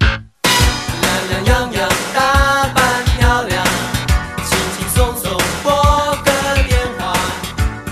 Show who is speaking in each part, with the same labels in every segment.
Speaker 1: 懒懒洋洋打扮漂亮，轻轻松松拨个电话，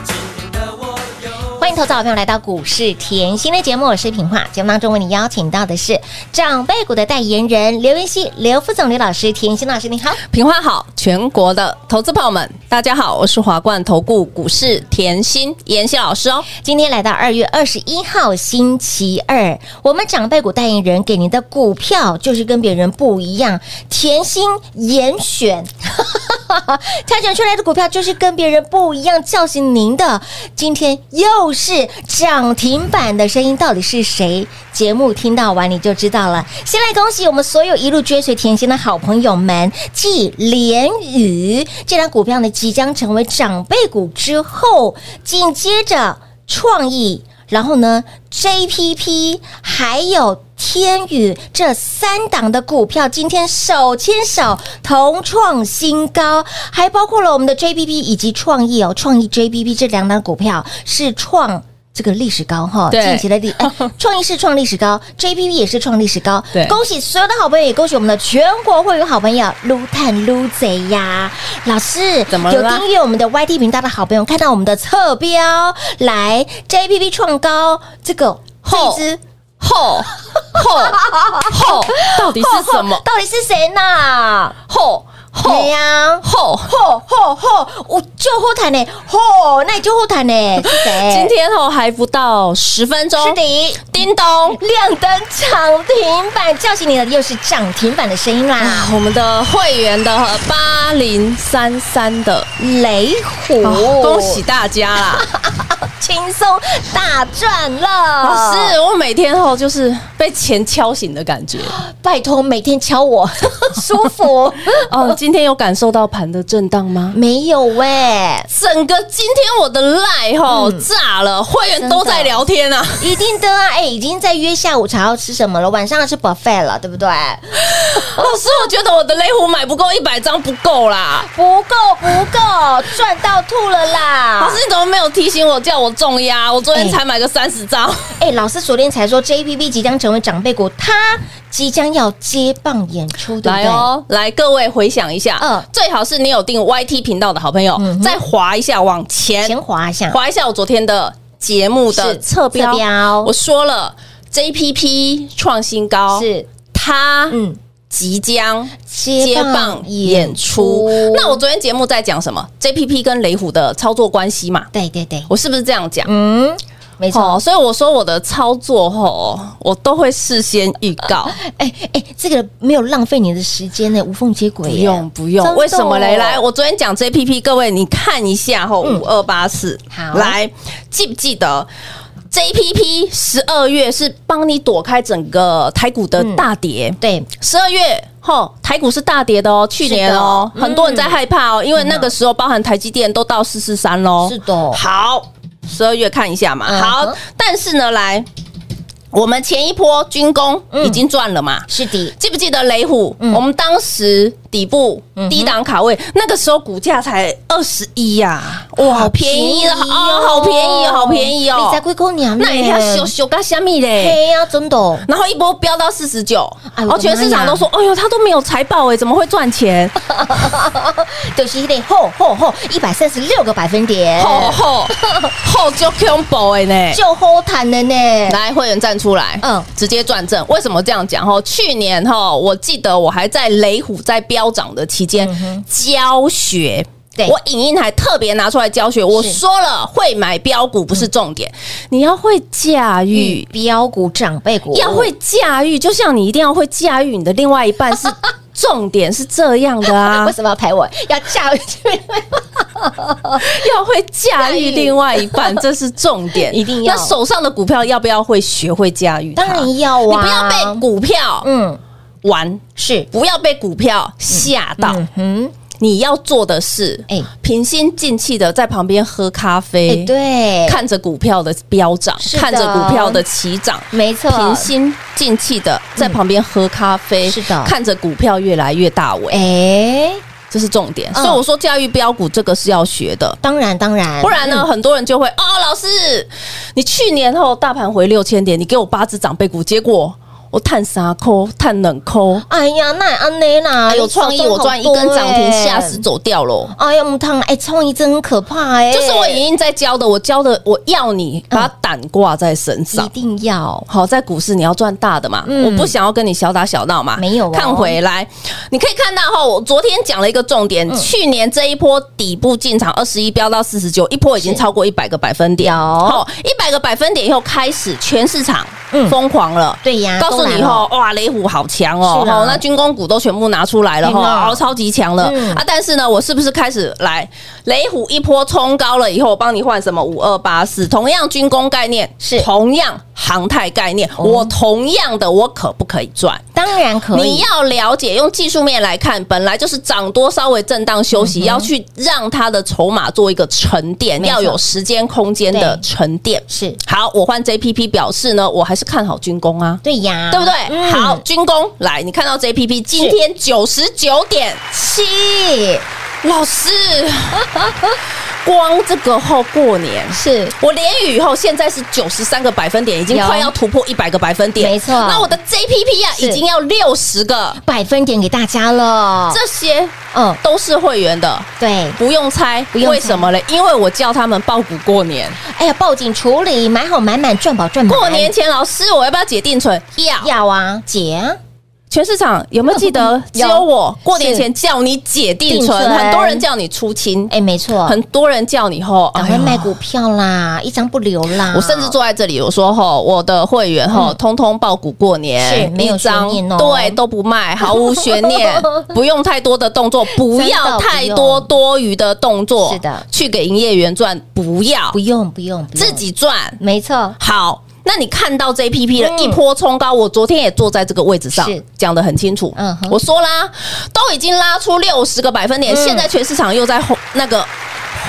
Speaker 1: 今天的我有。
Speaker 2: 欢迎投资好朋友来到股市甜心的节目，我是平化。节目当中为你邀请到的是长辈股的代言人刘云熙、刘副总、刘老师、甜心老师，你好。
Speaker 3: 平花好，全国的投资朋友们，大家好，我是华冠投顾股市甜心妍希老师哦。
Speaker 2: 今天来到二月二十一号星期二，我们长辈股代言人给您的股票就是跟别人不一样，甜心严选， 挑选出来的股票就是跟别人不一样，叫醒您的。今天又是涨停板的声音，到底是谁？节目听到完你就知道了。先来恭喜我们所有一路追随甜心的好朋友们，继联宇这张股票呢即将成为长辈股之后，紧接着创意。然后呢，JPP 还有天宇这三档的股票，今天手牵手同创新高，还包括了我们的 JPP 以及创意哦，创意 JPP 这两档股票是创。这个历史高哈，
Speaker 3: 对
Speaker 2: 近期的历、 哎创意是创历史高，JPP 也是创历史高。
Speaker 3: 对
Speaker 2: 恭喜所有的好朋友，也恭喜我们的全国会员好朋友撸探撸贼呀！老师，
Speaker 3: 怎么了
Speaker 2: 有订订阅我们的 YT 频道的好朋友，看到我们的侧标来 JPP 创高这个
Speaker 3: 后
Speaker 2: 这一支
Speaker 3: 后后后，到底是什么
Speaker 2: 后后？到底是谁呢？
Speaker 3: 后后
Speaker 2: 对呀，
Speaker 3: 后。
Speaker 2: 后后后，我就后台呢，后那你就后台呢，是谁？
Speaker 3: 今天哦还不到十分钟，
Speaker 2: 是的。
Speaker 3: 叮咚。
Speaker 2: 亮灯涨停板，叫醒你的又是涨停板的声音啦！
Speaker 3: 啊，我们的会员的八零三三的，
Speaker 2: 雷虎，
Speaker 3: 哦恭喜大家啦！
Speaker 2: 轻松大赚了！
Speaker 3: 老师，我每天哦就是被钱敲醒的感觉，
Speaker 2: 拜托每天敲我， 舒 服。
Speaker 3: 哦，今天有感受到盘的震荡吗？
Speaker 2: 没有欸喂、
Speaker 3: 整个今天我的赖吼、
Speaker 2: 嗯
Speaker 3: 炸了，会员都在聊天啊！
Speaker 2: 一定的啊！哎、已经在约下午茶要吃什么了，晚上要吃 buffet 了，对不对？
Speaker 3: 老师，我觉得我的雷虎买不够一百张不够啦。
Speaker 2: 不够，不够，赚到吐了啦
Speaker 3: 老！师，你怎么没有提醒我叫我重压？我昨天才买个三十张，
Speaker 2: 哎、老师昨天才说 JPP 即将成为长辈股，他即将要接棒演出，对不
Speaker 3: 来
Speaker 2: 对？
Speaker 3: 哦，来各位回想一下，
Speaker 2: 嗯
Speaker 3: 最好是你有订 YT 频道的好朋友，
Speaker 2: 嗯哼
Speaker 3: 再滑一下往前
Speaker 2: 先，滑一下，
Speaker 3: 滑一下我昨天的节目的
Speaker 2: 是侧标
Speaker 3: 我说了 JPP 创新高，
Speaker 2: 是
Speaker 3: 它
Speaker 2: 嗯，
Speaker 3: 即将
Speaker 2: 接棒演出。
Speaker 3: 那我昨天节目在讲什么？JPP 跟雷虎的操作关系嘛，
Speaker 2: 对对对，
Speaker 3: 我是不是这样讲？
Speaker 2: 嗯，没错
Speaker 3: 哦，。所以我说我的操作吼，我都会事先预告，
Speaker 2: 哎哎，这个没有浪费你的时间呢，无缝接轨
Speaker 3: 不
Speaker 2: 耶。
Speaker 3: 用不
Speaker 2: 真
Speaker 3: 用，
Speaker 2: 的
Speaker 3: 哎为什么嘞？
Speaker 2: 哦
Speaker 3: 来，我昨天讲 JPP，各位你看一下吼，
Speaker 2: 嗯
Speaker 3: 五二八四，
Speaker 2: 好
Speaker 3: 来记不记得 JPP 十二月是帮你躲开整个台股的
Speaker 2: 嗯
Speaker 3: 大跌，
Speaker 2: 对，
Speaker 3: 十二月后，台股是大跌的哦，去年哦，
Speaker 2: 是的嗯
Speaker 3: 很多人在害怕哦，因为那个时候包含台积电都到四四三喽。
Speaker 2: 是的
Speaker 3: 好，十二月看一下嘛。
Speaker 2: 嗯
Speaker 3: 好
Speaker 2: 哼，
Speaker 3: 但是呢，来，我们前一波军工已经赚了嘛。
Speaker 2: 是的，
Speaker 3: 记不记得雷虎？
Speaker 2: 嗯
Speaker 3: 我们当时底部
Speaker 2: 哼
Speaker 3: 低档卡位，那个时候股价才二十一哎呀，哇，好便宜的
Speaker 2: 便宜
Speaker 3: 哦，好便宜，哦，好便宜
Speaker 2: 你在
Speaker 3: 哦。
Speaker 2: 贵姑娘呢，
Speaker 3: 那也要修修干虾米嘞？
Speaker 2: 嘿呀，真的哦，
Speaker 3: 然后一波飙到四十九，
Speaker 2: 哎
Speaker 3: 然
Speaker 2: 我的
Speaker 3: 后全市场都说：“哎呦，他都没有财报哎，怎么会赚钱
Speaker 2: 就是得吼吼吼，一百三十六个百分？”点，
Speaker 3: 吼吼 吼就 combo 哎呢！
Speaker 2: 哦 就吼谈了呢。
Speaker 3: 来，会员站出来，
Speaker 2: 嗯
Speaker 3: 嗯，直接转正。为什么这样讲？哈，去年哈，我记得我还在雷虎在飙涨的期间教学。
Speaker 2: 嗯对
Speaker 3: 我影音还特别拿出来教学，我
Speaker 2: 是嗯
Speaker 3: 说了会买标股不是重点，你要会驾驭
Speaker 2: 与标股长辈股
Speaker 3: 要会驾驭，就像你一定要会驾驭你的另外一半 是重点是这样的啊
Speaker 2: 为，什么要排 我？要 嫁回去？
Speaker 3: 要会驾驭另外一半，这是重 点，
Speaker 2: 一定要
Speaker 3: 那手上的股票要不要会学会驾驭它？
Speaker 2: 当然要啊，
Speaker 3: 你不要被股票
Speaker 2: 嗯，
Speaker 3: 玩，
Speaker 2: 是，
Speaker 3: 不要被股票吓到。
Speaker 2: 嗯，
Speaker 3: 你要做的是，
Speaker 2: 哎
Speaker 3: 平心静气的在旁边喝咖
Speaker 2: 哎
Speaker 3: 啡，，
Speaker 2: 对，
Speaker 3: 看着股票的飙涨
Speaker 2: 是，的
Speaker 3: 看着股票的起涨，
Speaker 2: 没错，
Speaker 3: 平心静气的在旁边喝咖啡，
Speaker 2: 嗯是的
Speaker 3: 看着股票越来越大尾，
Speaker 2: 哎，
Speaker 3: 这是重点。
Speaker 2: 嗯
Speaker 3: 所以我说驾驭标股这个是要学的。
Speaker 2: 当然当然，
Speaker 3: 不然呢，很多人就会哦，老师，你去年后大盘回六千点，你给我八只长辈股，结果我探啥抠，探冷抠，
Speaker 2: 哎呀，那也安内啦，
Speaker 3: 有哎创意，我赚一根涨停，吓死！走掉喽。
Speaker 2: 哎呀，木汤，哎，创意真很可怕哎，
Speaker 3: 就是我莹莹在教的，我教的，我要你把胆挂在身上
Speaker 2: 一。定要
Speaker 3: 好，在股市你要赚大的嘛，
Speaker 2: 嗯
Speaker 3: 我不想要跟你小打小闹嘛。
Speaker 2: 没有哦
Speaker 3: 看回来，你可以看到哈，我昨天讲了一个重点，
Speaker 2: 嗯
Speaker 3: 去年这一波底部进场二十一飙到四十九，一波已经超过一百个百分点，
Speaker 2: 有
Speaker 3: 好一百个百分点以后开始全市场
Speaker 2: 嗯
Speaker 3: 疯狂了。
Speaker 2: 对呀，
Speaker 3: 告诉
Speaker 2: 都来
Speaker 3: 你
Speaker 2: 了
Speaker 3: 哦，哇，雷虎好强哦，
Speaker 2: 是啊
Speaker 3: 哦，那军工股都全部拿出来了
Speaker 2: 天哪
Speaker 3: 哈，哦，超级强了
Speaker 2: 嗯
Speaker 3: 啊！但是呢，我是不是开始来雷虎一波冲高了以后，我帮你换什么五二八四？同样军工概念
Speaker 2: 是
Speaker 3: 同样航太概念，我同样的我可不可以赚？
Speaker 2: 当然可以，
Speaker 3: 你要了解，用技术面来看，本来就是涨多稍微震荡休息，要去让它的筹码做一个沉
Speaker 2: 嗯
Speaker 3: 淀，
Speaker 2: 没错
Speaker 3: 要有时间空间的
Speaker 2: 对
Speaker 3: 沉淀。
Speaker 2: 是
Speaker 3: 好，我换 JPP 表示呢，我还是看好军工啊。
Speaker 2: 对呀，
Speaker 3: 对不对？
Speaker 2: 嗯
Speaker 3: 好，，军工来，你看到 JPP 今天九十九点，
Speaker 2: 七
Speaker 3: 老师，光这个后过年。
Speaker 2: 是
Speaker 3: 我连雨以后，现在是九十三个百分点，已经
Speaker 2: 有
Speaker 3: 快要突破一百个百分点，
Speaker 2: 没错
Speaker 3: 那我的 JPP 呀、
Speaker 2: 是
Speaker 3: 已经要六十个，
Speaker 2: 百分点给大家了，
Speaker 3: 这些
Speaker 2: 嗯，
Speaker 3: 都是会员的，
Speaker 2: 对，
Speaker 3: 不用猜，
Speaker 2: 不用猜
Speaker 3: 为什么嘞？因为我叫他们报股过年，
Speaker 2: 哎呀，报警处理，买好买满，赚饱赚满，
Speaker 3: 过年前老师我要不要解定存？要，
Speaker 2: 要啊，姐啊，
Speaker 3: 全市场有没有记得 只
Speaker 2: 有
Speaker 3: 有我过年前叫你姐定存
Speaker 2: 定，存
Speaker 3: 很多人叫你出清，
Speaker 2: 哎，没错，
Speaker 3: 很多人叫你吼，
Speaker 2: 赶
Speaker 3: 哎
Speaker 2: 快
Speaker 3: 呦
Speaker 2: 卖股票啦，一张不留啦，
Speaker 3: 我甚至坐在这里，我说吼，我的会员吼，通通报股过年，
Speaker 2: 嗯是没有
Speaker 3: 一张
Speaker 2: 悬念哦
Speaker 3: 对，都不卖，毫无悬 念，不用太多的动作，不要太多多余的动作，
Speaker 2: 是的
Speaker 3: 去给营业员赚，不要
Speaker 2: 不用不用，不用
Speaker 3: 自己赚，
Speaker 2: 没错，
Speaker 3: 好。那你看到
Speaker 2: 嗯
Speaker 3: JPP 了，一波冲高，我昨天也坐在这个位置上
Speaker 2: 是，
Speaker 3: 讲得很清楚。
Speaker 2: 嗯哼
Speaker 3: 我说啦，都已经拉出六十个百分点，
Speaker 2: 嗯
Speaker 3: 现在全市场又在红那个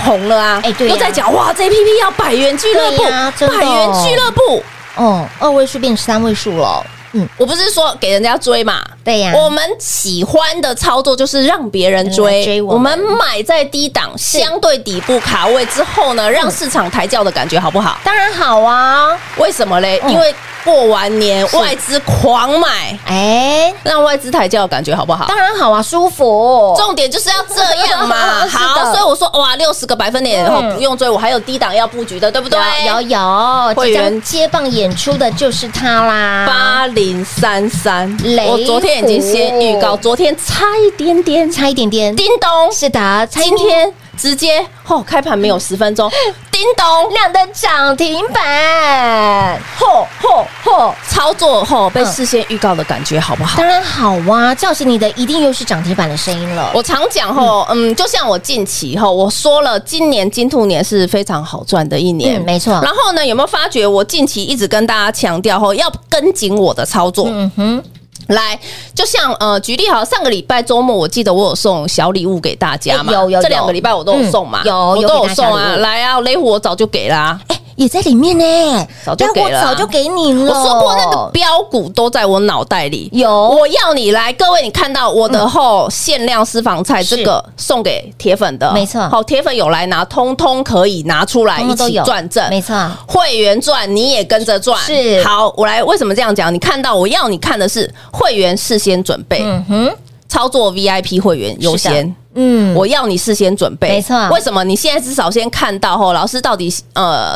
Speaker 3: 红了啊，
Speaker 2: 哎对啊
Speaker 3: 又在讲哇，JPP 要百元俱乐部
Speaker 2: 对啊，真的
Speaker 3: 百元俱乐部，
Speaker 2: 哦，二位数变三位数了，嗯，
Speaker 3: 我不是说给人家追嘛。
Speaker 2: 对呀，
Speaker 3: 我们喜欢的操作就是让别人
Speaker 2: 别人
Speaker 3: 追，
Speaker 2: 来追我
Speaker 3: 我
Speaker 2: 们
Speaker 3: 们买在低档、相对底部卡位之后呢，让市场抬轿的感觉好不好？
Speaker 2: 当然好啊，
Speaker 3: 为什么嘞？
Speaker 2: 嗯
Speaker 3: 因为过完年
Speaker 2: 是
Speaker 3: 外资狂买，
Speaker 2: 哎，
Speaker 3: 让外资抬轿的感觉好不好
Speaker 2: 当？然好啊，舒服，
Speaker 3: 重点就是要这样 嘛。
Speaker 2: 是的
Speaker 3: 好，所以我说哇，六十个百分点
Speaker 2: 嗯
Speaker 3: 后不用追，我还有低档要布局的，对不对？
Speaker 2: 有有有，这
Speaker 3: 会员
Speaker 2: 张接棒演出的就是他啦，
Speaker 3: 八零三三
Speaker 2: 雷，
Speaker 3: 我昨天已经先预告，
Speaker 2: 虎
Speaker 3: 昨天差一点点，
Speaker 2: 差一点点，
Speaker 3: 叮咚，
Speaker 2: 是的，差一
Speaker 3: 今天直接哦，开盘没有十分钟，叮咚，
Speaker 2: 亮灯涨停板，
Speaker 3: 嚯嚯嚯，操作嚯
Speaker 2: 嗯
Speaker 3: 被事先预告的感觉好不好
Speaker 2: 当？然好哇、叫醒你的一定又是涨停板的声音了。
Speaker 3: 我常讲吼，嗯，就像我近期吼，我说了，今年金兔年是非常好赚的一年，
Speaker 2: 嗯没错
Speaker 3: 然后呢，有没有发觉我近期一直跟大家强调吼，要跟紧我的操作？
Speaker 2: 嗯哼，
Speaker 3: 来，就像呃，举例好，上个礼拜周末，我记得我有送小礼物给大家嘛，
Speaker 2: 哎有有
Speaker 3: 这两
Speaker 2: 有
Speaker 3: 个礼拜我都有送嘛，
Speaker 2: 嗯有
Speaker 3: 我
Speaker 2: 有
Speaker 3: 都
Speaker 2: 给
Speaker 3: 有
Speaker 2: 大家
Speaker 3: 送
Speaker 2: 礼
Speaker 3: 啊，
Speaker 2: 物
Speaker 3: 来啊，雷虎我早就给啦、
Speaker 2: 也在里面呢，
Speaker 3: 早就
Speaker 2: 对啊
Speaker 3: 给了啊
Speaker 2: 我早就给你了。
Speaker 3: 我说过那个标股都在我脑袋里。
Speaker 2: 有
Speaker 3: 我要你来，各位，你看到我的后限量私房
Speaker 2: 嗯
Speaker 3: 菜
Speaker 2: 是
Speaker 3: 这个送给铁粉的，
Speaker 2: 没错
Speaker 3: 好，铁粉有来拿，通通可以拿出来
Speaker 2: 通
Speaker 3: 啊一
Speaker 2: 通都
Speaker 3: 起
Speaker 2: 有
Speaker 3: 转正，
Speaker 2: 没错，
Speaker 3: 会员赚，你也跟着赚。
Speaker 2: 是
Speaker 3: 好，我来为什么这样讲？你看到我要你看的是会员事先准备，
Speaker 2: 嗯哼，
Speaker 3: 操作 VIP 会员优
Speaker 2: 是
Speaker 3: 先。
Speaker 2: 嗯，
Speaker 3: 我要你事先准备，
Speaker 2: 没错
Speaker 3: 为什么？你现在至少先看到后，老师到底呃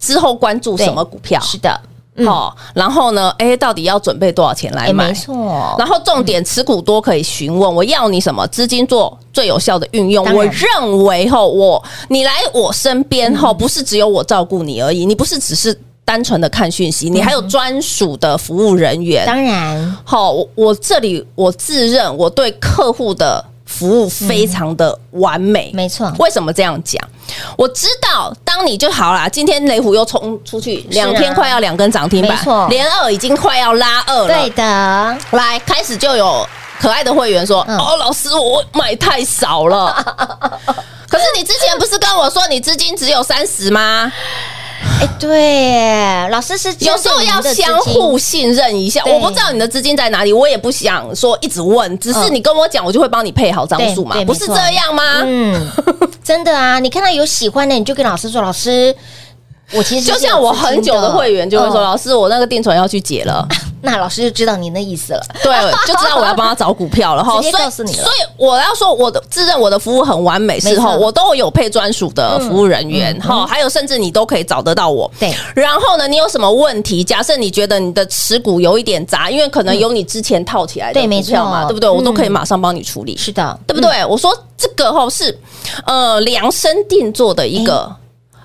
Speaker 3: 之后关注什么股票？
Speaker 2: 是的，
Speaker 3: 哦，然后呢，哎，到底要准备多少钱来
Speaker 2: 哎，
Speaker 3: 买？
Speaker 2: 没错，
Speaker 3: 然后重点持股多可以询问，我要你什么资金做最有效的运用
Speaker 2: 当。然
Speaker 3: 我认为吼，我你来我身边
Speaker 2: 嗯
Speaker 3: 吼，不是只有我照顾你而已，你不是只是单纯的看讯息，你还有专属的服务人员。
Speaker 2: 嗯当然
Speaker 3: 好，我我这里我自认我对客户的服务非常的完美，
Speaker 2: 嗯没错
Speaker 3: 为什么这样讲？我知道，当你就好啦。今天雷虎又冲出去，
Speaker 2: 是啊
Speaker 3: 两天快要两根涨停板
Speaker 2: 没错，
Speaker 3: 连二已经快要拉二了。
Speaker 2: 对的，
Speaker 3: 来开始就有可爱的会员说：“
Speaker 2: 嗯
Speaker 3: 哦，老师，我买太 少了。”可是你之前不是跟我说你资金只有三十吗？
Speaker 2: 哎，对耶，老师是
Speaker 3: 有时候要相互信任一下。
Speaker 2: 对
Speaker 3: 我不知道你的资金在哪里，我也不想说一直问，只是
Speaker 2: 嗯
Speaker 3: 你跟我讲，我就会帮你配好张数嘛
Speaker 2: 对对，
Speaker 3: 不是
Speaker 2: 没错
Speaker 3: 这样吗？
Speaker 2: 嗯，真的啊，你看到有喜欢的，你就跟老师说，老师，我其实
Speaker 3: 就像我很久的会员就会说：“
Speaker 2: 嗯
Speaker 3: 老师，我那个定存要去解了。”
Speaker 2: 那老师就知道你那意思了。
Speaker 3: 对，就知道我要帮他找股票了哈。
Speaker 2: 直接
Speaker 3: 所以
Speaker 2: 告诉你了
Speaker 3: 所以我要说，我的自认我的服务很完美
Speaker 2: 没
Speaker 3: 是
Speaker 2: 错嗯
Speaker 3: 哈，我都有配专属的服务人员哈，还有甚至你都可以找得到我。
Speaker 2: 对
Speaker 3: 然后呢，你有什么问题？假设你觉得你的持股有一点杂，因为可能有你之前套起来的
Speaker 2: 对没
Speaker 3: 股票嘛，
Speaker 2: 错
Speaker 3: 对不对？我都可以
Speaker 2: 嗯
Speaker 3: 马上帮你处理，
Speaker 2: 是嗯的，
Speaker 3: 对不啊对？我说这个哈是呃量身定做的一个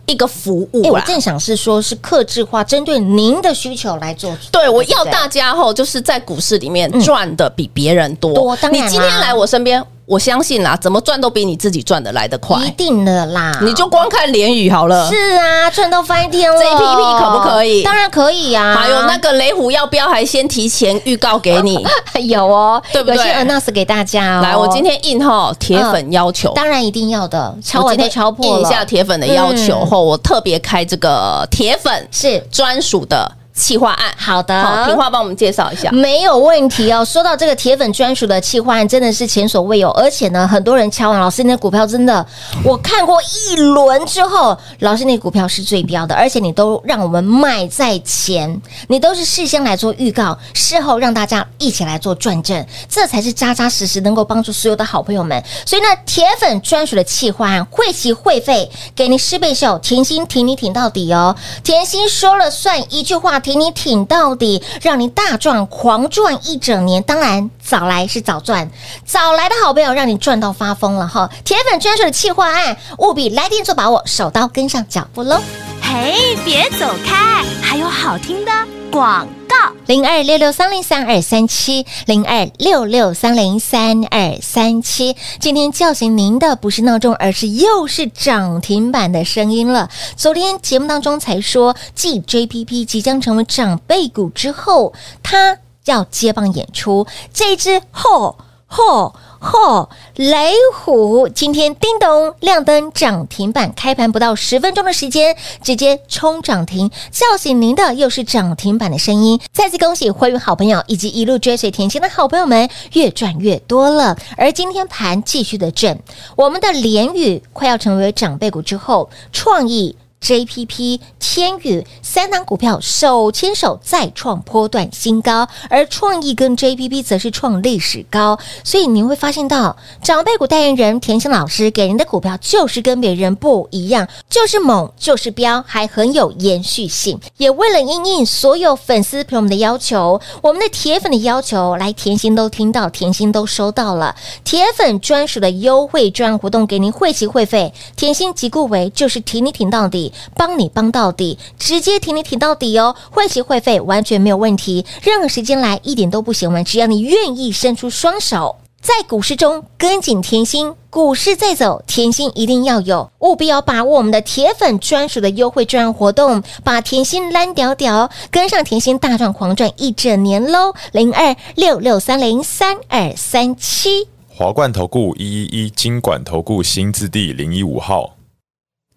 Speaker 3: 一个服
Speaker 2: 哎，
Speaker 3: 务啊
Speaker 2: 我
Speaker 3: 啦。
Speaker 2: 正想是说，是克制化，针对您的需求来做。
Speaker 3: 对，我要
Speaker 2: 对嗯
Speaker 3: 大家吼，就是在股市里面赚的比别人多。
Speaker 2: 多当然
Speaker 3: 你
Speaker 2: 啦
Speaker 3: 今天来我身边，我相信啦，怎么赚都比你自己赚的来得
Speaker 2: 一
Speaker 3: 快。
Speaker 2: 定的啦，
Speaker 3: 你就光看联宇好了。
Speaker 2: 是啊，赚到翻天了。
Speaker 3: JPP 可不可以
Speaker 2: 当然可以呀、啊。
Speaker 3: 还有那个雷虎要标，还先提前预告给你。
Speaker 2: 有哦，
Speaker 3: 对不对
Speaker 2: 有些 announce 给大家哦。
Speaker 3: 来，我今天应吼铁粉要求，
Speaker 2: 当然一定要的，超
Speaker 3: 我
Speaker 2: 完
Speaker 3: 今
Speaker 2: 都
Speaker 3: 天
Speaker 2: 超破
Speaker 3: 应一
Speaker 2: 了。
Speaker 3: 下铁粉的要求
Speaker 2: 嗯
Speaker 3: 吼，我特别开这个铁粉
Speaker 2: 是
Speaker 3: 专属的企划案。
Speaker 2: 好嗯的，
Speaker 3: 好，平话帮我们介绍一下。
Speaker 2: 没有问题哦。说到这个铁粉专属的企划案，真的是前所未有，而且呢，很多人敲完老师你的股票，真的我看过一轮之后，老师你的股票是最标的，而且你都让我们卖在前，你都是事先来做预告，事后让大家一起来做转正，这才是扎扎实实能够帮助所有的好朋友们。所以呢，铁粉专属的企划案，会期会费给您十倍秀，甜心挺你挺到底哦。甜心说了算，一句话挺你挺到底，让你大赚狂赚一整年。当然，早来是早赚，早来的好朋友让你赚到发疯了哈。铁粉专属的企划案，务必来电做把握，手刀跟上脚步喽。
Speaker 4: 嘿，别走开，还有好听的广告。
Speaker 2: 零二六六三零三二三七，零二六六三零三二三七。今天叫醒您的不是闹钟，而是又是涨停板的声音了。昨天节目当中才说，继 JPP 即将成为长辈股之后，它要接棒演出这只后吼吼雷虎，今天叮咚亮灯涨停板，开盘不到十分钟的时间，直接冲涨停，叫醒您的又是涨停板的声音。再次恭喜会员好朋友以及一路追随甜心的好朋友们，越赚越多了。而今天盘继续的震，我们的联宇快要成为长辈股之后，创意。JPP、天宇三档股票手牵手再创波段新高，而创意跟 JPP 则是创历史高。所以你会发现到，长辈股代言人田心老师给人的股票就是跟别人不一样，就是猛，就是标，还很有延续性。也为了因应所有粉丝朋友们的要求，我们的铁粉的要求，来甜心都听到，甜心都收到了。铁粉专属的优惠专案活动给您汇齐会费，甜心即顾为就是挺你挺到底，帮你帮到底，直接挺你挺到底哦，汇齐会费完全没有问题，任何时间来一点都不嫌晚，只要你愿意伸出双手。在股市中跟紧甜心，股市在走，甜心一定要有，务必要把握我们的铁粉专属的优惠专案活动，把甜心烂屌屌，跟上甜心大赚狂赚一整年喽！零二六六三零三二三七。
Speaker 5: 华冠投顾一一一金管投顾新字第零一五号，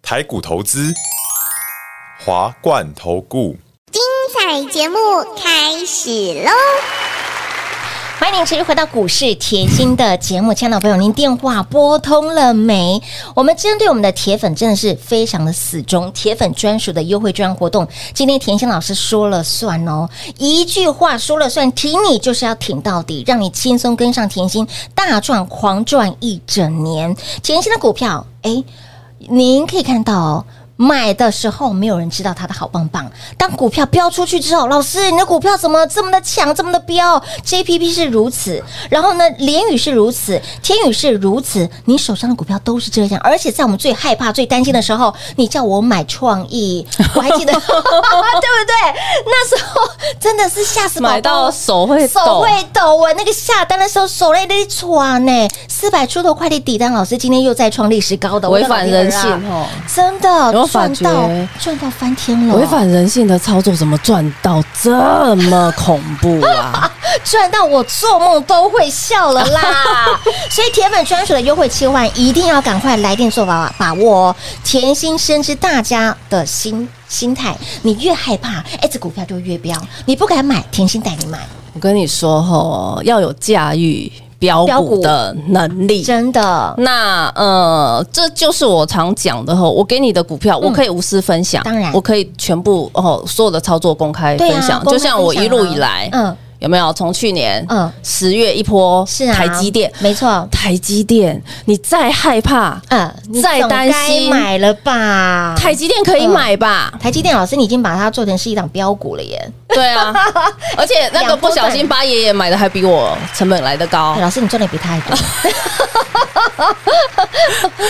Speaker 5: 台股投资，华冠投顾。
Speaker 6: 彩节目开始喽！
Speaker 2: 欢迎您持续回到股市甜心的节目，亲爱的朋友，您电话拨通了没？我们针对我们的铁粉真的是非常的死忠，铁粉专属的优惠专案活动，今天甜心老师说了算哦，一句话说了算，挺你就是要挺到底，让你轻松跟上甜心大赚狂赚一整年。甜心的股票，哎，您可以看到哦。买的时候没有人知道它的好棒棒，当股票飙出去之后，老师你的股票怎么这么的强，这么的飙？JPP 是如此，然后呢，联宇是如此，天宇是如此，你手上的股票都是这样，而且在我们最害怕、最担心的时候，你叫我买创意，我还记得，对 不对？那时候真的是吓死宝宝，
Speaker 3: 买到手会抖
Speaker 2: 手会抖我那个下单的时候手累得喘呢，四百出头快递抵单，老师今天又再创历史高的，我的
Speaker 3: 违反
Speaker 2: 老天儿
Speaker 3: 人
Speaker 2: 啊
Speaker 3: 性哦，
Speaker 2: 真的
Speaker 3: 有没有
Speaker 2: 赚
Speaker 3: 发
Speaker 2: 到
Speaker 3: 觉
Speaker 2: 赚到翻天了，
Speaker 3: 违反人性的操作怎么赚到这么恐怖 啊？
Speaker 2: 赚到我做梦都会笑了啦！ 所以铁粉专属的优惠切换，一定要赶快来电做把把握哦。甜心深知大家的心心态，你越害怕，哎，这股票就越飙，你不敢买，甜心带你买，
Speaker 3: 我跟你说吼，要有驾驭标
Speaker 2: 标股
Speaker 3: 股的能力。
Speaker 2: 真的，
Speaker 3: 那呃，这就是我常讲的吼，我给你的股票，我可以无私分享，
Speaker 2: 嗯当然
Speaker 3: 我可以全部哦，所有的操作公开
Speaker 2: 对啊
Speaker 3: 分享，
Speaker 2: 公开
Speaker 3: 就像我一路以来，
Speaker 2: 分享啊嗯
Speaker 3: 有没有从去年
Speaker 2: 嗯
Speaker 3: 嗯十月一波
Speaker 2: 是啊，
Speaker 3: 台积电，
Speaker 2: 没错，
Speaker 3: 台积电，你再害怕，
Speaker 2: 嗯，你
Speaker 3: 再
Speaker 2: 总
Speaker 3: 担
Speaker 2: 该
Speaker 3: 心
Speaker 2: 买了吧？
Speaker 3: 台积电可
Speaker 2: 嗯
Speaker 3: 以买吧？
Speaker 2: 台积电老师，你已经把它做成是一档标股了耶！
Speaker 3: 对啊，而且那个
Speaker 2: 两波
Speaker 3: 不小心八爷爷买的还比我成本来的高
Speaker 2: 哎，老师，你赚的比他还多，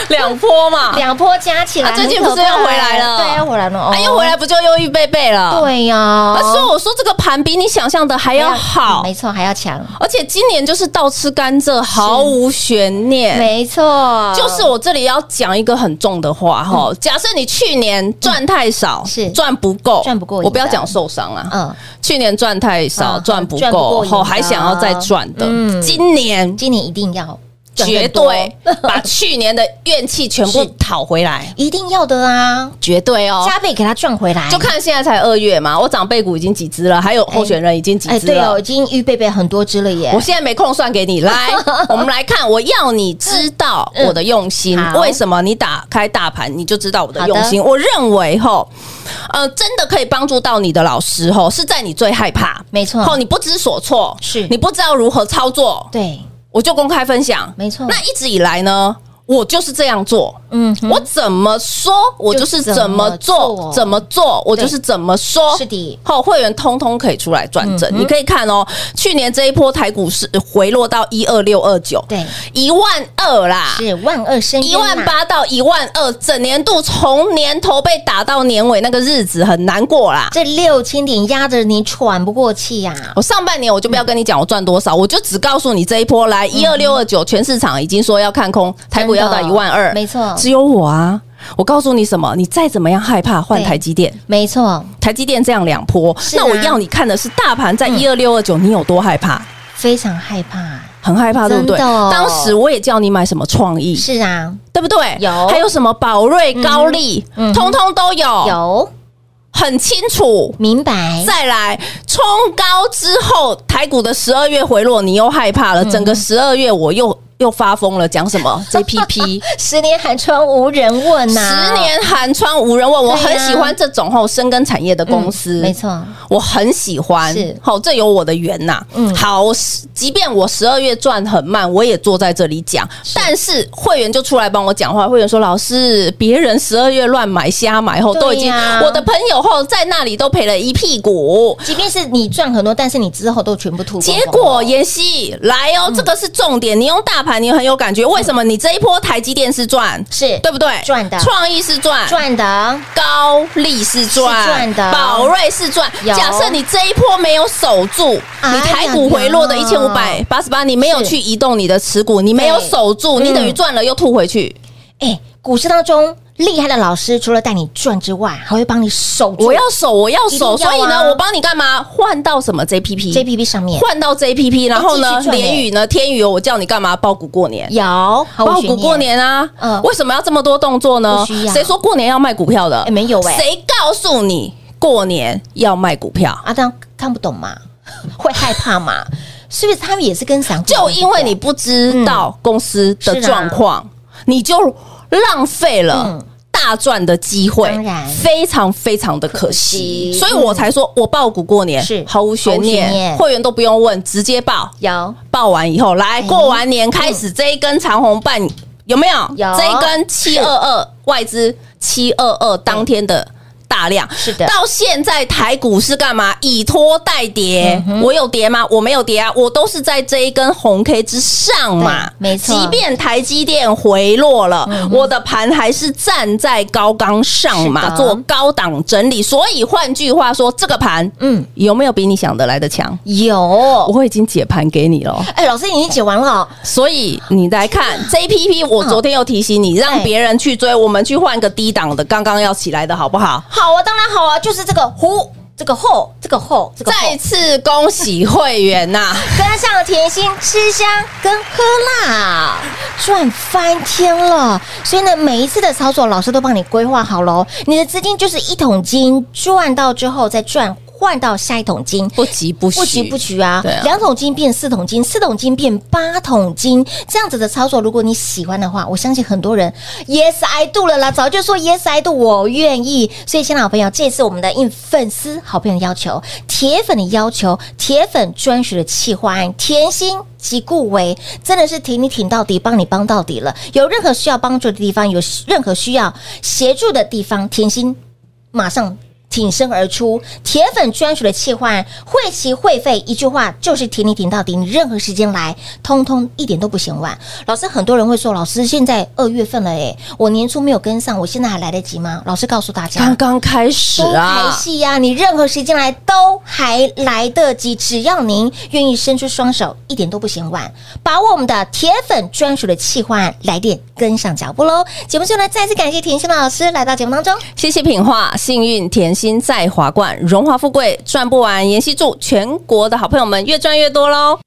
Speaker 3: 两波嘛，
Speaker 2: 两波加起来，
Speaker 3: 啊最近不是
Speaker 2: 很可怕
Speaker 3: 又回来了
Speaker 2: 对，又回来了，哦
Speaker 3: 哎，又回来不就又一贝贝了？。
Speaker 2: 对呀、
Speaker 3: 啊，所以我说这个盘比你想象的还要好，
Speaker 2: 没错，还要强，
Speaker 3: 而且今年就是倒吃甘蔗，毫无悬念。
Speaker 2: 没错，
Speaker 3: 哎就是我这里要讲一个很重的话哈，假设你去年赚太少，
Speaker 2: 是
Speaker 3: 赚不够，
Speaker 2: 赚不过瘾的
Speaker 3: 我不要讲受伤啊，
Speaker 2: 嗯，
Speaker 3: 去年赚太少，
Speaker 2: 嗯
Speaker 3: 赚不啊
Speaker 2: 赚不过
Speaker 3: 够，
Speaker 2: 瘾的
Speaker 3: 后还想要再赚的
Speaker 2: 嗯，
Speaker 3: 今年
Speaker 2: 今年一定要赚更
Speaker 3: 绝
Speaker 2: 多
Speaker 3: 对把去年的怨气全 部
Speaker 2: 是
Speaker 3: 讨回来，
Speaker 2: 一定要的啊，
Speaker 3: 绝对哦。
Speaker 2: 加倍给它赚回来，
Speaker 3: 就看现在才二月嘛，我长辈股已经几只了，还有候选人已经几
Speaker 2: 哎，
Speaker 3: 只
Speaker 2: 对
Speaker 3: 了
Speaker 2: 哦，已，经预备备很多只了耶
Speaker 3: 我，现在没空算给 你，来，我们来看，我要你知道我的用心
Speaker 2: 嗯好。
Speaker 3: 为什么你打开大盘你就知道我的用心？
Speaker 2: 好
Speaker 3: 我认为吼，呃，真的可以帮助到你的老师吼，是在你最害怕，
Speaker 2: 没错
Speaker 3: 吼，你不知所措，
Speaker 2: 是
Speaker 3: 你不知道如何操作，
Speaker 2: 对，
Speaker 3: 我就公开分享，
Speaker 2: 没错
Speaker 3: 那一直以来呢，我就是这样做，
Speaker 2: 嗯哼，
Speaker 3: 我怎么说，我就是怎么做，
Speaker 2: 就怎
Speaker 3: 怎么做，我就是怎么说。
Speaker 2: 是的
Speaker 3: 好，会员通通可以出来转正。
Speaker 2: 嗯哼
Speaker 3: 你可以看哦，去年这一波台股是回落到一二六二九，
Speaker 2: 对，
Speaker 3: 一万二啦。
Speaker 2: 是万恶深
Speaker 3: 一
Speaker 2: 渊啊
Speaker 3: 万，八到一万二，整年度从年头被打到年尾，那个日子很难过啦。
Speaker 2: 这六千点压着你喘不过气啊呀、
Speaker 3: 我上半年我就不要跟你讲我赚多
Speaker 2: 嗯
Speaker 3: 少，我就只告诉你这一波来一二六二九，全市场已经说要看空，台股要到
Speaker 2: 真
Speaker 3: 一
Speaker 2: 的
Speaker 3: 万二，
Speaker 2: 没错
Speaker 3: 只有我啊！我告诉你什么，你再怎么样害怕换台积电，
Speaker 2: 没错，
Speaker 3: 台积电这样两波，
Speaker 2: 是啊
Speaker 3: 那我要你看的是大盘在一二六二九，你有多害怕？
Speaker 2: 非常害怕，
Speaker 3: 很害怕，对不对？
Speaker 2: 真的哦
Speaker 3: 当时我也叫你买什么创意，
Speaker 2: 是啊，
Speaker 3: 对不对？
Speaker 2: 有
Speaker 3: 还有什么宝瑞、高丽，
Speaker 2: 嗯
Speaker 3: 通通都有，
Speaker 2: 有哎
Speaker 3: 很清楚。
Speaker 2: 明白，
Speaker 3: 再来冲高之后，台股的十二月回落，你又害怕
Speaker 2: 嗯
Speaker 3: 了。整个十二月我又又发疯了，讲什么 JPP？
Speaker 2: 十年寒窗无人问啊呐、
Speaker 3: 十年寒窗无人问，我
Speaker 2: 对啊
Speaker 3: 很喜欢这种后深耕产业的公司，
Speaker 2: 嗯没错，
Speaker 3: 我很喜欢。
Speaker 2: 是
Speaker 3: 好，这有我的缘呐。
Speaker 2: 嗯
Speaker 3: 嗯，好，我十即便我十二月赚很慢，我也坐在这里讲。但是会员就出来帮我讲话，会员说：“老师，别人十二月乱买瞎买后，都已
Speaker 2: 对
Speaker 3: 经
Speaker 2: 呀
Speaker 3: 我的朋友后在那里都赔了一屁股。”
Speaker 2: 即便是你赚很多，但是你之后都全部吐光光
Speaker 3: 结果妍希来
Speaker 2: 嗯
Speaker 3: 哦，这个是重点。你用大盘，你很有感觉。为什么你这一波台积电是赚，
Speaker 2: 是
Speaker 3: 对不对？
Speaker 2: 赚的
Speaker 3: 创意是赚，
Speaker 2: 赚的，
Speaker 3: 高利是赚，
Speaker 2: 是赚的
Speaker 3: 宝瑞是赚。
Speaker 2: 有
Speaker 3: 假设你这一波没有守住，
Speaker 2: 哎
Speaker 3: 你
Speaker 2: 呀
Speaker 3: 台股回落的一
Speaker 2: 娘
Speaker 3: 千五
Speaker 2: 啊
Speaker 3: 百八十八，你没有
Speaker 2: 是
Speaker 3: 去移动你的持股，你没有
Speaker 2: 对
Speaker 3: 守住，
Speaker 2: 嗯
Speaker 3: 你等于赚了又吐回去。
Speaker 2: 哎，股市当中厉害的老师，除了带你赚之外，还会帮你守住。
Speaker 3: 我要守，我要
Speaker 2: 嗯一定
Speaker 3: 守，
Speaker 2: 要
Speaker 3: 所以
Speaker 2: 啊
Speaker 3: 呢，我帮你干嘛？换到什么 JPP？
Speaker 2: JPP 上面
Speaker 3: 换到 JPP，然后
Speaker 2: 哎
Speaker 3: 呢
Speaker 2: 继续，赚
Speaker 3: 联
Speaker 2: 哎
Speaker 3: 宇呢，天宇哦，我叫你干嘛？包股过年。
Speaker 2: 有毫无
Speaker 3: 包
Speaker 2: 悬
Speaker 3: 股过年啊，
Speaker 2: 嗯
Speaker 3: 为什么要这么多动作呢
Speaker 2: 不需要？
Speaker 3: 谁说过年要卖股票的？
Speaker 2: 哎没有哎
Speaker 3: 谁告诉你过年要卖股票？
Speaker 2: 啊，当然看不懂嘛， 会害怕嘛，是不是？他们也是跟散户一样
Speaker 3: 就因为你不知道公司的状况，你就浪费了
Speaker 2: 嗯
Speaker 3: 大赚的机会
Speaker 2: 当然，
Speaker 3: 非常非常的
Speaker 2: 可
Speaker 3: 可惜
Speaker 2: 惜。
Speaker 3: 所以我才说我报股过年
Speaker 2: 是
Speaker 3: 毫无悬
Speaker 2: 毫无悬念
Speaker 3: 念，会员都不用问，直接报。
Speaker 2: 有
Speaker 3: 报完以后，来
Speaker 2: 哎
Speaker 3: 过完年开始这一根长红棒有没有？
Speaker 2: 有
Speaker 3: 这一根七二二外资七二二当天的大量，
Speaker 2: 是的
Speaker 3: 到现在台股是干嘛？以拖代跌，
Speaker 2: 嗯
Speaker 3: 我有跌吗？我没有跌啊，我都是在这一根红 K 之上嘛
Speaker 2: 对，没错嗯
Speaker 3: 即便台积电回落了，我的盘还是站在高岗上
Speaker 2: 是
Speaker 3: 嘛，
Speaker 2: 的
Speaker 3: 做高档整理。所以换句话说，这个盘，
Speaker 2: 嗯
Speaker 3: 嗯，有没有比你想的来的强？
Speaker 2: 有。
Speaker 3: 我已经解盘给你了哦。
Speaker 2: 哎，老师，你已经解完了哦，
Speaker 3: 所以你来看 JPP，我昨天又提醒你，让别人去追，我们去换个低档的，刚刚要起来的好不好？
Speaker 2: 好啊，当然好啊，就是这个胡，这个后，这个后，这个后
Speaker 3: 再次恭喜会员呐、
Speaker 2: 跟上甜心吃香跟喝辣，赚翻天了！所以呢，每一次的操作，老师都帮你规划好喽。你的资金就是一桶金，赚到之后再赚，换到下一桶金。
Speaker 3: 不急不徐，
Speaker 2: 不急不徐啊
Speaker 3: 对啊，
Speaker 2: 两桶金变四桶金，四桶金变八桶金，这样子的操作，如果你喜欢的话，我相信很多人 yes I do 了啦，早就说 yes I do，我愿意。所以，亲爱的好朋友，这次我们的应粉丝好朋友的要求，铁粉的要求，铁粉专属的企划案，甜心。及顾为真的是挺你挺到底，帮你帮到底了。有任何需要帮助的地方，有任何需要协助的地方，甜心马上挺身而出，铁粉专属的切换，会期会费，一句话就是挺你挺到底，你任何时间来，通通一点都不嫌晚。老师，很多人会说，老师现在二月份了，诶，我年初没有跟上，我现在还来得及吗？老师告诉大家，
Speaker 3: 刚刚开始
Speaker 2: 都还
Speaker 3: 啊，
Speaker 2: 是呀、你任何时间来都还来得及，只要您愿意伸出双手，一点都不嫌晚。把握我们的铁粉专属的企划案，来电跟上脚步喽！节目最后呢，再次感谢甜心老师来到节目当中。
Speaker 3: 谢谢品画，幸运甜心在华冠，荣华富贵赚不完。妍希祝全国的好朋友们越赚越多喽！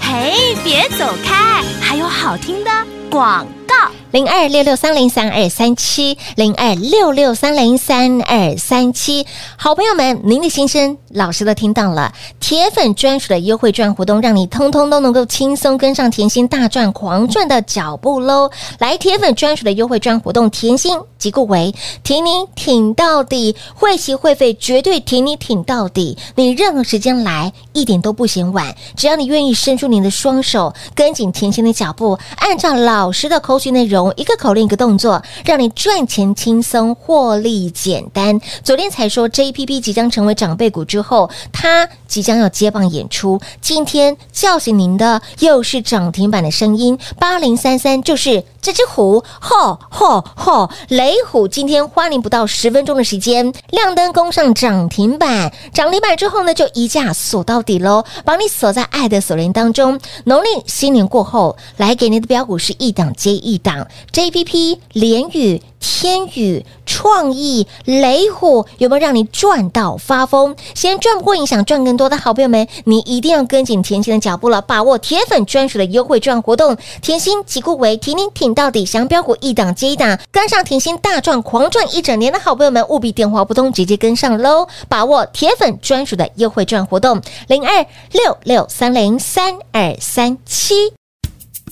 Speaker 4: 嘿，别走开，还有好听的广告。
Speaker 2: 零二六六三零三二三七，零二六六三零三二三七。好朋友们，您的心声老师都听到了，铁粉专属的优惠券活动，让你通通都能够轻松跟上甜心大赚狂赚的脚步喽！来，铁粉专属的优惠券活动，甜心即顾为挺你挺到底，会期会费绝对挺你挺到底，你任何时间来一点都不嫌晚，只要你愿意伸出你的双手，跟紧甜心的脚步，按照老师的口语内容，一个口令一个动作，让你赚钱轻松，获利简单。昨天才说 JPP 即将成为长辈股之后，它即将要接棒演出。今天叫醒您的又是涨停板的声音，八零三三就是这只虎，吼吼吼！雷虎今天花您不到十分钟的时间，亮灯攻上涨停板，涨停板之后呢，就一价锁到底喽，把你锁在爱的锁链当中。农历新年过后，来给您的标股是一档接一档，JPP、联宇、天宇、创意、雷虎，有没有让你赚到发疯？先赚不过瘾，想赚更多的好朋友们，你一定要跟紧甜心的脚步了，把握铁粉专属的优惠券活动。甜心即顾为挺你挺到底，想标股一档接一档，跟上甜心大赚狂赚一整年的好朋友们，务必电话不通，直接跟上喽！把握铁粉专属的优惠券活动，零二六六三零三二三七。